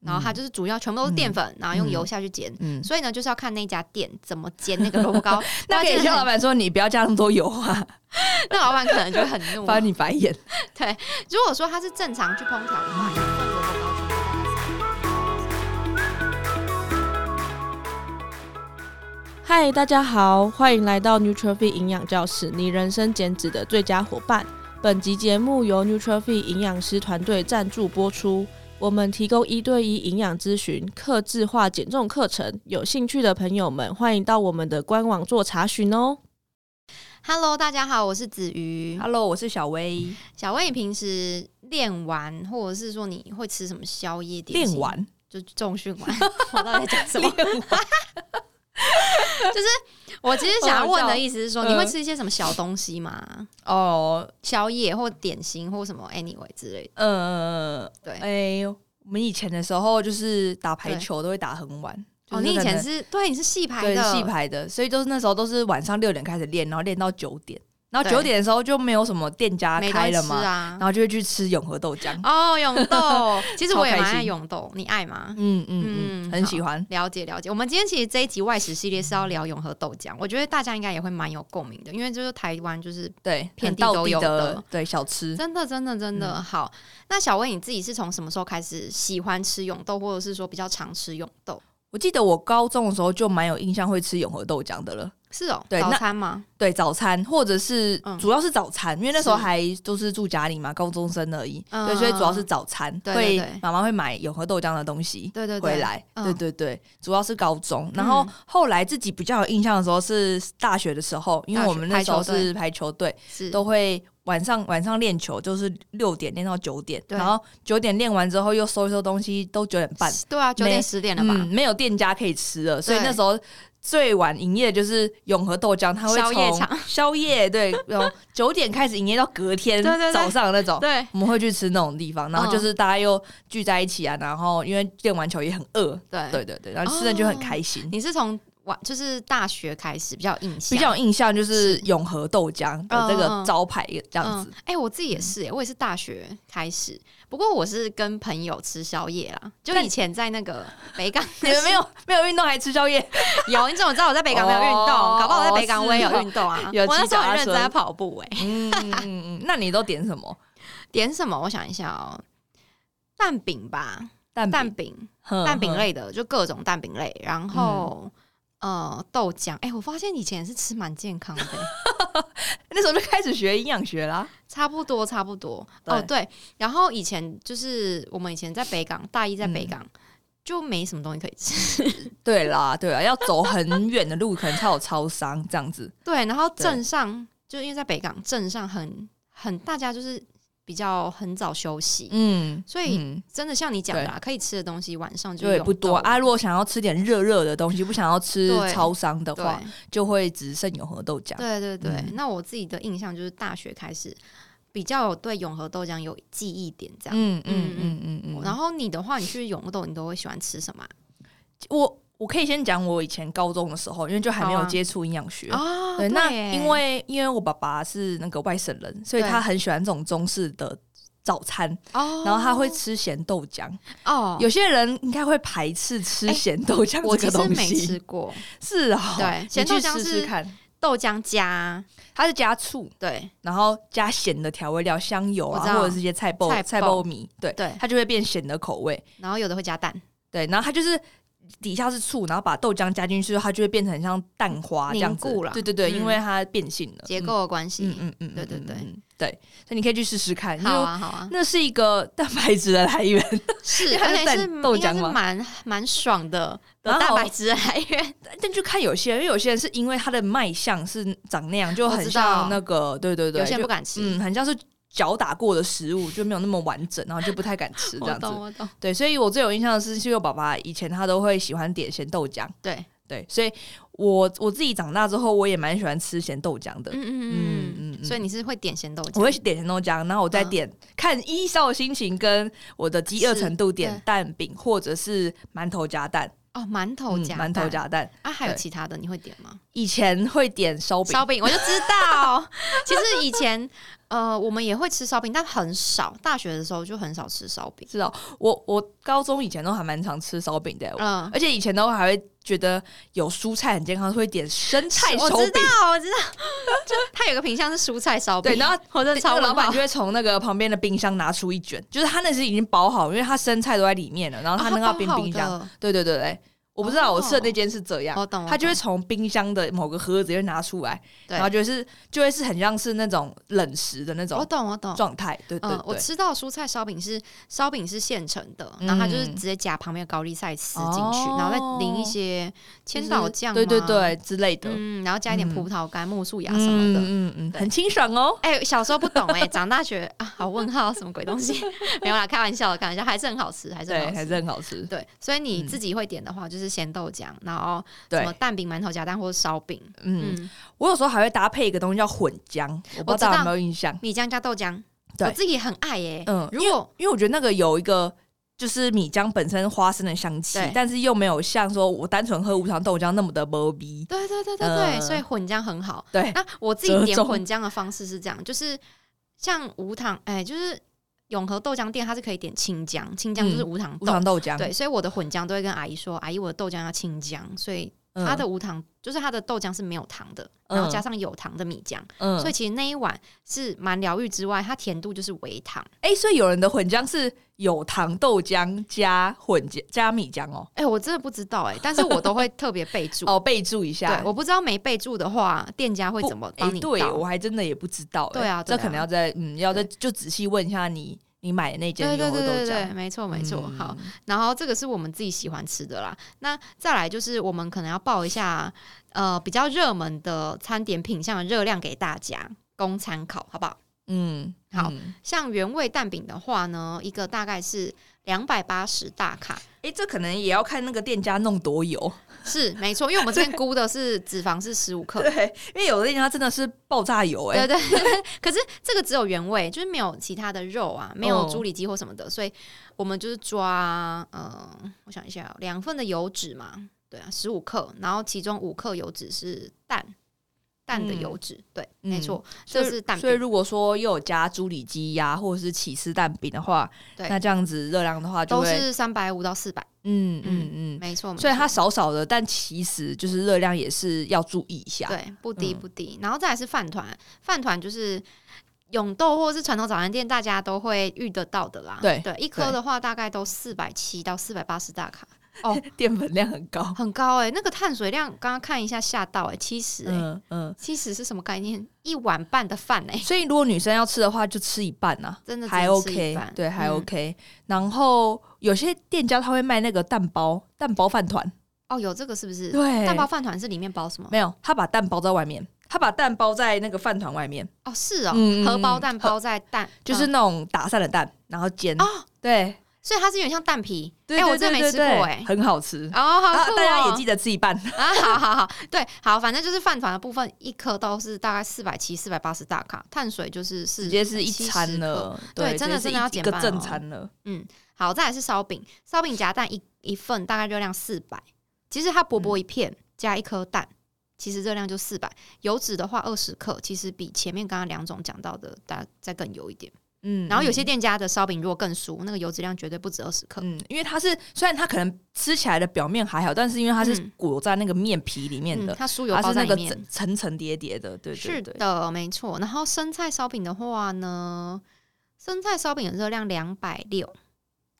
然后它就是主要全部都是淀粉，然后用油下去煎。嗯，。所以呢，就是要看那家店怎么煎那个萝卜糕 那可以叫老板说你不要加那么多油 啊，那老板可能就会很 怒。翻你白眼。如果说它是正常去烹调的嗯话，一份萝卜糕全部大概是嗨，大家好，欢迎来到 Nutrify 营养教室，你人生减脂的最佳伙伴。本集节目由 Nutrify 营养师团队赞助播出。我们提供一对一营养咨询、客制化减重课程，有兴趣的朋友们欢迎到我们的官网做查询哦。 Hello，大家好，我是子瑜。 Hello，我是小薇。小薇，你平时练完，或者是说你会吃什么宵夜点心？练完就重训完， 我到底在讲什么？ 我其实想要问的意思是说，好你好笑嗯会吃一些什么小东西吗？哦，宵夜或点心或什么 anyway 之类的。呃，对哎、我们以前的时候就是打排球都会打很晚。哦，你以前是是对，你是戏排对的，戏排的，所以就是那时候都是晚上六点开始练，然后练到九点，然后对九点的时候就没有什么店家没东开西了吃嘛，啊然。后就会去吃永和豆浆。哦，永 豆，其实我也超开蛮爱心永豆，你爱吗？嗯嗯嗯嗯，很喜欢。了解了解，我们今天其实这一集外食系列是要聊永和豆浆，我觉得大家应该也会蛮有共鸣的，因为就是台湾就是对，遍很地都道地有的的对小吃。真的真的真的、嗯好。那小薇你自己是从什么时候开始喜欢吃永豆，或者是说比较常吃永豆？我记得我高中的时候就蛮有印象会吃永和豆浆的了。是哦，对早那餐吗？对，早餐或者是嗯主要是早餐，因为那时候是还就是住家里嘛，高中生而已，嗯对，所以主要是早餐对对会对妈妈会买永和豆浆的东西。对对对，回来，嗯对对对，主要是高中，然后后来自己比较有印象的时候是大学的时候，因为我们那时候大学排球队是排球队，是都会晚上晚上练球，就是六点练到九点，对然后九点练完之后又收一收东西，都九点半，对啊，九点没十点了吧？嗯，没有店家可以吃了，所以对那时候最晚营业就是永和豆浆，它会宵从夜场 宵夜对，然后九点开始营业到隔 天对对对早上那种，对，嗯我们会去吃那种地方，然后就是大家又聚在一起啊，然后因为练完球也很饿，对哦对对对，然后吃的就很开心。你是从晚就是大学开始比较有印象，比较有印象就是永和豆浆的这嗯嗯个嗯招牌这样子嗯，，哎、我自己也是、哎，我也是大学开始，不过我是跟朋友吃宵夜啦，就但以前在那个北港 你们没有没有运动还吃宵夜，有，你怎么知道我在北港没有运动？哦搞不好我在北港是我也有哦运动啊， 有我那骑时候脚很踏认真车在跑步、哎，嗯嗯嗯嗯，那你都点什么？点什么？我想一下哦、蛋饼吧，蛋嗯蛋饼，哼蛋饼哼类的，就各种蛋饼类，然嗯后。呃，豆浆，哎、我发现以前是吃蛮健康的、那时候就开始学营养学啦。 差不多，差不多。哦，对，然后以前就是我们以前在北港，大一在北嗯港、就没什么东西可以吃。对啦，对啊啦，要走很远的路，可能才有超商这样子。对，然后镇上就因为在北港镇上很很大家就是比较很早休息，嗯，所以嗯真的像你讲的、啊，可以吃的东西晚上就对有不多豆。啊。如果想要吃点热热的东西，不想要吃对超商的对话，就会只剩永和豆浆。对对对、嗯那我自己的印象就是大学开始比较有对永和豆浆有记忆点这样。嗯嗯嗯嗯嗯嗯。然后后你的话，你去永和豆，你都会喜欢吃什么我我可以先讲我以前高中的时候，因为就还没好有啊接触营养学。啊？哦对，那耶因为因为我爸爸是那个外省人，所以对他很喜欢这种中式的早餐，哦，然后他会吃咸豆浆。哦，有些人应该会排斥吃哎咸豆浆我其这个实东没西，吃过是啊，对你咸豆去浆试是试看，豆浆加它是加醋，对然后加咸的调味料，香油我啊知，道或者是一些菜爆菜爆菜爆米，对，对，它就会变咸的口味。然后有的会加蛋，对，然后它就是底下是醋，然后把豆浆加进去之后，它就会变成像蛋花这样子凝固啦对对对，嗯因为它变性了，结构的关系。嗯，嗯嗯嗯，嗯对对对嗯嗯对，所以你可以去试试看，因为好啊，好啊，那是一个蛋白质的来源， 是因为，它而是且蛋是豆应该浆是嘛蛮蛮爽的的然蛋后白质来哦 源。但就看有些人，因为有些人是因为它的卖相是长那样，就我很知道像那个，对对对，有些人就不敢吃，嗯，很像是搅打过的食物，就没有那么完整，然后就不太敢吃这我样子懂。我懂。对，所以我最有印象的是，是因为我爸爸以前他都会喜欢点咸豆浆，对，对，所以我我自己长大之后，我也蛮喜欢吃咸豆浆的。嗯嗯嗯嗯嗯嗯。嗯所以你是会点咸豆浆？我会点咸豆浆，然后我再嗯点、看依照我心情跟我的饥饿程度点对蛋饼或者是馒头加蛋，哦，馒头嗯夹馒头蛋加蛋。啊，还有对其他的你会点吗？以前会点烧 饼，烧饼我就知道，其实以前呃，我们也会吃烧饼，但很少。大学的时候就很少吃烧饼。是哦，我我高中以前都还蛮常吃烧饼的，嗯， 而且以前都还会觉得有蔬菜很健康，会点生菜我烧知饼。啊道，我知道， 就它有个品相是蔬菜烧饼。对，然后我真的那超个老文化板就会从那个旁边的冰箱拿出一卷，就是他那是已经包好，因为他生菜都在里面了，然后他那个要冰冰箱。啊它包好的对对对对，我不知道，哦我吃的那间是这样，我懂，他就我会懂从冰箱的某个盒子就拿出来，对然后就是就会是很像是那种冷食的那种我懂，我懂。状态，对对嗯，我对。吃到蔬菜烧饼是烧饼是现成的，然后它就是嗯哦直接夹旁边的高丽菜丝进去，然后再淋一些千岛酱，对对，对之类的，嗯，然后加一点嗯葡萄干、木薯芽什么的。嗯嗯嗯，对很清爽哦。哎、小时候不懂哎、长大觉得啊，好问号，什么鬼东西？ 没有啦，开玩笑的，开玩笑，还是很好吃，还是很对，好还吃。是很好吃。对，所以你嗯自己会点的话，就是咸豆浆，然后什对么，蛋饼、馒头夹蛋或者烧饼，嗯，嗯，我有时候还会搭配一个东西叫混浆，我不我知道知大家有道没有印象。米浆加豆浆，对我自己很爱耶、嗯，如果因为我觉得那个有一个就是米浆本身花生的香气对，但是又没有像说我单纯喝无糖豆浆那么的 b 逼。对对对对对，呃所以混浆很好。对 那我自己折点中混浆的方式是这样，就是像无糖，哎、就是永和豆浆店它是可以点清浆，清浆就是嗯无糖无豆。糖豆浆，对，所以我的混浆都会跟阿姨说，阿姨我的豆浆要清浆，所以嗯，它的无糖就是它的豆浆是没有糖的，嗯然后加上有糖的米浆，嗯，所以其实那一碗是蛮疗愈之外，它甜度就是微糖。哎、所以有人的混浆是有糖豆浆加混浆加米浆哦。哎、我真的不知 道哎、但是我都会特别备注。哦，备注一对下，，我不知道没备注的话，店家会不怎么哎、帮你倒？对我还真的也不知道、哎对啊对啊这可能要再嗯，要再就仔细问一下你你买的那间对对永和对豆对对，浆。没错没错。好，嗯，然后这个是我们自己喜欢吃的啦。那再来就是我们可能要报一下，呃，比较热门的餐点品项的热量给大家供参考，好不好？嗯，好嗯像原味蛋饼的话呢，一个大概是两百八十大卡，哎，这可能也要看那个店家弄 多油，是没错，因为我们这边估的是脂肪是十五克。对，因为有的店家真的是爆炸油，对哎，对， 对可是这个只有原味，就是没有其他的肉啊，没有哦猪里脊或什么的，所以我们就是抓，呃，我想一下哦，两份的油脂嘛，对啊，十五克，然后其中五克油脂是蛋，蛋的嗯油脂，对，嗯没错，所这以是蛋所以饼，如果说又有加猪里脊呀、或者是起司蛋饼的话，对那这样子热量的话就都会，是三百五到四百，嗯嗯嗯嗯，没错，没虽然错它少少的，但其实就是热量也是要注意一下。对，不低嗯不低。然后再来是饭团，饭团就是永豆或是传统早餐店大家都会遇得到的啦。对对，一颗对的话大概都四百七到四百八十大卡，淀粉量很高。很高哎、那个碳水量刚刚看一下吓到哎、欸，七十哎，嗯嗯，七十是什么概念？一碗半的饭哎、所以如果女生要吃的话，就吃一半啊，真的只还能吃一 OK，半对，还嗯 OK。然后有些店家他会卖那个蛋包，蛋包饭团，哦，有这个是不是？对，蛋包饭团是里面包什么？没有，他把蛋包在外面，他把蛋包在那个饭团外面，哦，是哦，嗯嗯荷包嗯蛋荷包在蛋，就是嗯那种打散的蛋，然后煎。哦，对，所以它是有点像蛋皮。对哎，我对真对的没对吃过对，哎。很好吃。哦，好啊酷哦！大家也记得吃一半。啊，好好好，对，好，反正就是饭团的部分，一颗都是大概四百七、四百八十大卡，碳水就是是直接是一餐。了，对对，真的直接真是的要一减一个半哦正餐了。好，再来是烧饼，烧饼夹蛋一一份，大概热量四百。其实它薄嗯薄一片、加一颗蛋，其实热量就四百。油脂的话二十克，其实比前面刚刚两种讲到的大再更油一点。嗯然后有些嗯店家的烧饼如果更酥，那个油脂量绝对不止二十克。嗯，因为它是虽然它可能吃起来的表面还好，但是因为它是嗯裹在那个面皮里面的，它酥油它包是在那里个面。层层层叠叠的，对对是对。的，没错。然后生菜烧饼的话呢，生菜烧饼的热量两百六，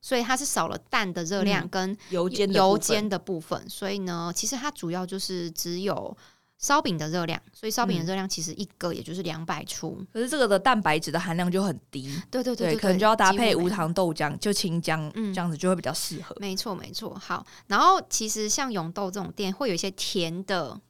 所以它是少了蛋的热量嗯跟油煎的部油分煎的部分，所以呢，其实它主要就是只有烧饼的热量，所以烧饼的嗯热量其实一个也就是两百出。可是这个的蛋白质的含量就很低，对对对可能就要搭几乎配没无糖豆浆，就清浆，嗯这样子就会比较适合。没错，没错。好，然后其实像永豆这种店会有一些甜的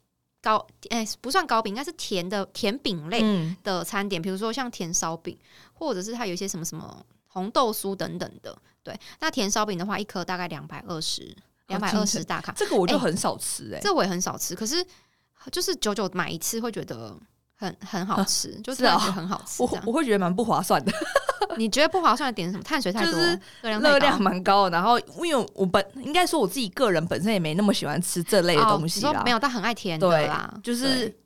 糕，哎、不算糕饼，应该是甜的甜饼类。嗯，的餐点，比如说像甜烧饼，或者是它有一些什么什么红豆酥等等的。对，那甜烧饼的话，一颗大概两百二十，好两百二十大卡，这个我就哎很少吃哎、这我也很少吃，可是就是久久买一次会觉得。很很好吃，就是突然觉哦得很好吃我这样。我会觉得蛮不划算的，你觉得不划算的点是什么？碳水太多，就是热量太高热量蛮高的。然后因为我本应该说我自己个人本身也没那么喜欢吃这类的哦东你西说啦，没有，但很爱甜的对啦，就对是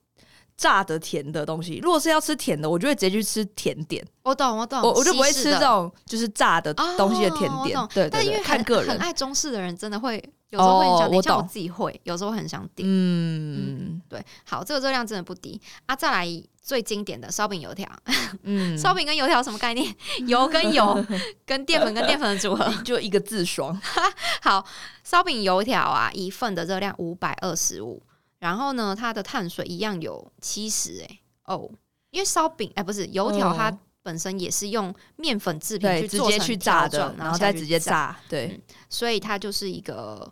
炸的甜的东西。如果是要吃甜的，我就会直接去吃甜点，我懂，我懂，我我就不会哦西吃式的这种就是炸的东西的甜哦我点。懂对对但因对，为看很个很人。爱中式的人真的会有时候会很想哦点，我像我懂自己会，有时候很想点。嗯对，好，这个热量真的不低啊！再来最经典的烧饼油条，嗯，烧饼跟油条什么概 念？油跟油，跟淀粉跟淀粉的组合。就一个字爽。好，烧饼油条啊，一份的热量五百二十五，然后呢，它的碳水一样有七十哎哦，因为烧饼哎不是油条，它嗯本身也是用面粉制品对，去直做接成去条炸的状，然后下再去直接炸，炸。对，所以它就是一个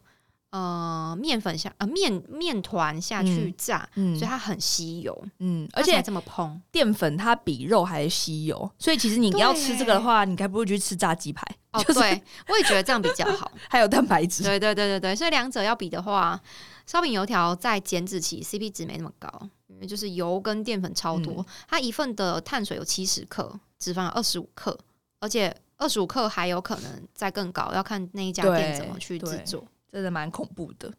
呃面粉下呃面面团下去炸，嗯所以它很吸油，嗯，而它才且这么蓬。淀粉它比肉还稀有，所以其实你要吃这个的话，你该不会去吃炸鸡排？哦，就是对，我也觉得这样比较好。 还有蛋白 质。对对对对对，所以两者要比的话，烧饼油条在减脂期 CP 值没那么高，因为就是油跟淀粉超嗯多，它一份的碳水有七十克，脂肪有二十五克，而且二十五克还有可能再更高，要看那一家店对怎么去制对作。嗯真的蛮恐怖的。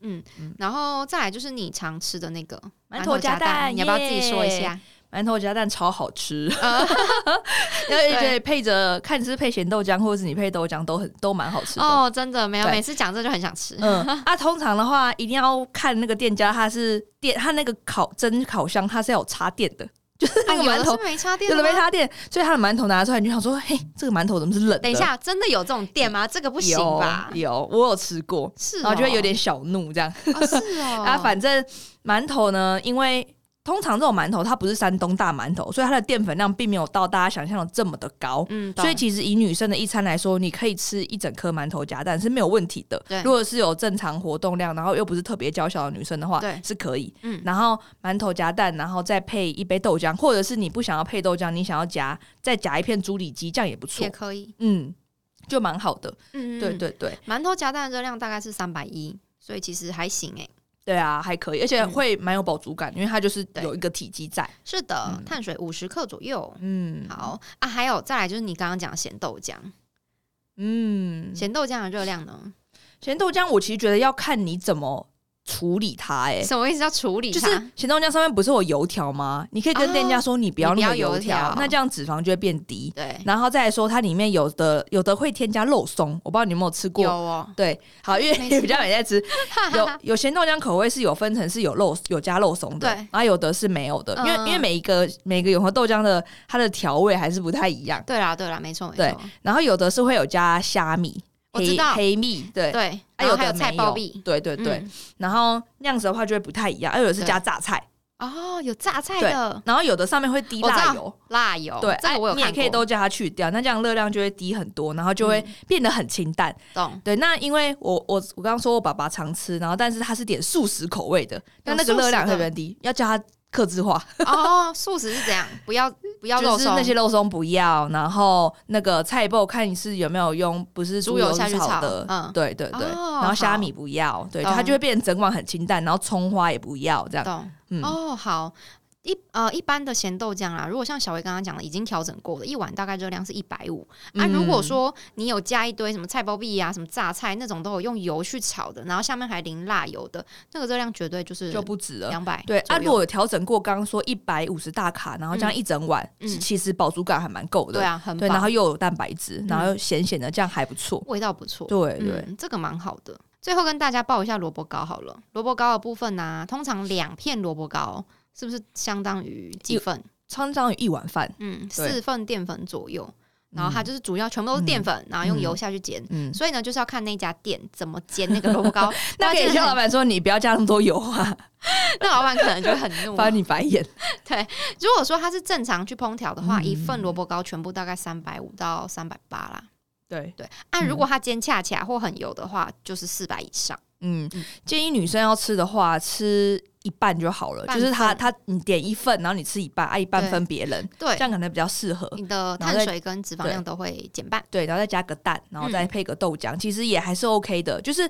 然后再来就是你常吃的那个馒馒头头夹夹蛋你要不要自己说一耶下？馒头夹蛋超好 吃，而且配着看你是配咸豆浆，或者是你配豆浆，都很都蛮好吃的。哦，真的没有，对每次讲这就很想 吃。嗯，啊，通常的话一定要看那个店家，他是店，他那个烤蒸烤箱它是要有插电的，就是那哦个有馒的头是没插电有的的没吗插电，所以他的馒头拿出来，你就想说，嘿，这个馒头怎么是冷的？等一，下，真的有这种店吗？这个不行有吧？有，我有吃过，是、哦，然后就会有点小怒这样。哦是哦， 啊，反正馒头呢，因为通常这种馒头它不是山东大馒头，所以它的淀粉量并没有到大家想象的这么的高。嗯，所以懂其实以女生的一餐来说，你可以吃一整颗馒头夹蛋是没有问题的。对如果是有正常活动量，然后又不是特别娇小的女生的话，对是可以。嗯然后馒头夹蛋，然后再配一杯豆浆，或者是你不想要配豆浆，你想要夹再夹一片猪里脊，这样也不错也。可以。嗯，就蛮好的。嗯，对嗯，对对。馒头夹蛋的热量大概是三百一，所以其实还行欸诶。对啊，还可以，而且嗯会蛮有饱足感，因为它就是对有一个体积在。是的，嗯碳水五十克左右。嗯，好啊，还有再来就是你刚刚讲咸豆浆，嗯，咸豆浆的热量呢？咸豆浆我其实觉得要看你怎么处理它、欸，什么意思叫处理就它？啊是咸豆浆上面不是有油条吗？你可以跟店家说你不要你不那么要油条条，那这样脂肪就会变低。对，然后再来说，它里面有的有的会添加肉松，我不知道你有没有吃有过。哦，对，好，因没为吃过 比较没在 吃，有有咸豆浆口味是有分成是有肉有加肉松的对，然后有的是没有的，因为嗯因为每一个每个永和豆浆的它的调味还是不太一样。对啦对啦，没错没对错，然后有的是会有加虾米，我黑知道黑蜜，对，对，啊然后有还的菜没包币，对对对。嗯，然后那样子的话就会不太一样，啊有的是对加榨菜，哦，有榨菜对的然后有的上面会滴我知辣道油，辣油，对，这啊个我有你也看可以过，都叫它去掉，那这样热量就会低很多，然后就会嗯变得很清淡。懂。对，那因为我我我刚刚说我爸爸常吃，然后但是他是点素食口味的，那那个素热食量的特别低，要叫他克制化，哦，素食是这样，不要不要肉就是松那，些肉松不要，然后那个菜包看你是有没有用，不是猪油油下去炒炒的，嗯对对对，哦然后虾米不要，对，懂它就会变成整碗很清淡，然后葱花也不要这样，懂。嗯，哦，好，一呃一般的咸豆浆啦，如果像小薇刚刚讲的，已经调整过的，一碗大概热量是一百五啊。嗯如果说你有加一堆什么菜包币啊、什么榨菜那种都有用油去炒的，然后下面还淋辣油的，那个热量绝对就是就不止了。两百。对，啊，左右如果有调整过，刚刚说一百五十大卡，然后这样一整碗，嗯是其实饱足感还蛮够的。对啊，很对，然饱后，又有蛋白质，然后又咸咸的，这样还不错。味道不错。对对，嗯，这个蛮好的。最后跟大家报一下萝卜糕好了，萝卜糕的部分呢、通常两片萝卜糕是不是相当于几份？相当于一碗饭。嗯，对四份淀粉左右。然后它嗯就是主要全部都是淀粉，然后用油下去煎。 嗯，。所以呢，就是要看那家店怎么煎那个萝卜糕 那可以不然真的叫很老板说你不要加那么多油啊，那老板可能就会很怒。 翻你白眼。如果说它是正常去烹调的话，嗯一份萝卜糕全部大概三百五到三百八啦。对， 对，按、如果它煎恰恰或很油的话，就是四百以上。嗯嗯，建议女生要吃的话，吃一半就好了，半就是她份她你点一份，然后你吃一半，啊一半对分别人，对这，样可能比较适合。你的然碳后再水跟脂肪量都会减半。对，然后再加个蛋，然后再配个豆浆，其实也还是 OK 的。就是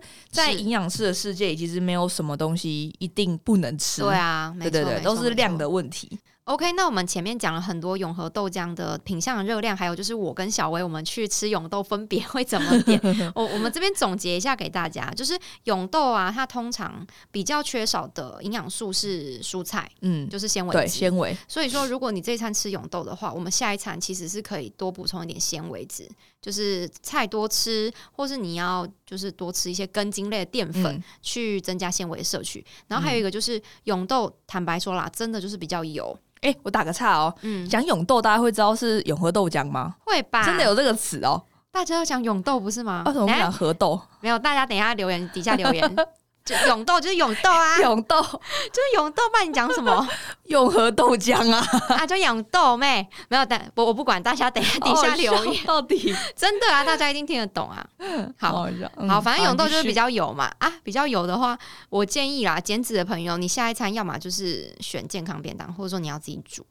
嗯在是营养师的世界里，其实没有什么东西一定不能吃。对，啊，没对错，对对，没错都是量。没错的问题。 OK，那我们前面讲了很多永和豆浆的品相的热量，还有就是我跟小薇我们去吃永豆分别 会怎么 点。我我们这边总结一下给大家，就是永豆啊，它通常比较缺少的营养素是蔬菜，嗯，就是纤维对，质。纤维，所以说，如果你这一餐吃永豆的话，我们下一餐其实是可以多补充一点纤维质，就是菜多吃，或是你要就是多吃一些根茎类的淀粉，嗯，去增加纤维摄取。然后还有一个就是永豆，坦白说啦，真的就是比较油，哎、我打个岔哦，嗯，啊讲永豆，大家会知道是永和豆浆吗？会吧？真的，有这个词哦，大家要讲永豆不是吗？为什么不等一下讲和豆？没有，大家等一下留言底下留 言，就永豆就是永豆啊，就永豆，是永豆，不然你讲什 么永和豆浆啊，啊？就永豆妹，没有，但我我不管，大家等一下底哦下留言，言到底，真的啊，大家一定听得懂啊。 好，哦嗯好笑，好，反正永豆就是比较较油嘛啊，比较油的话，我建议啦，减脂的朋友，你下一餐要么就是选健康便当，或者说你要自己煮。嗯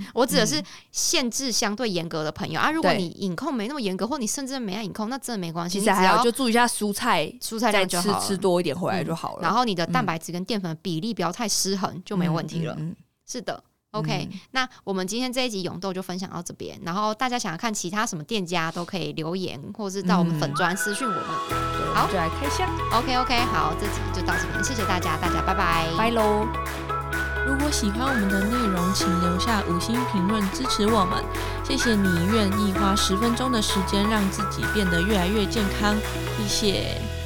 嗯，，我指的是限制相对严格的朋友啊。如果对你饮控没那么严格，或你甚至没按饮控，那真的没关系，其你实只还要要就注意一下蔬菜，蔬菜再量就吃好了嗯吃多一点回来就好了，然后后你的蛋白质跟淀粉的比例不要太失衡，就没问题了。嗯嗯是的。OK，、嗯那我们今天这一集永豆就分享到这边，然后大家想要看其他什么店家都可以留言，或是到我们粉嗯砖私讯我们。对好我们嗯就来开箱。 OK OK，好，这集就到这边，谢谢大家，大家拜拜，拜喽。如果喜欢我们的内容，请留下五星评论支持我们。谢谢你愿意花十分钟的时间让自己变得越来越健康，谢谢。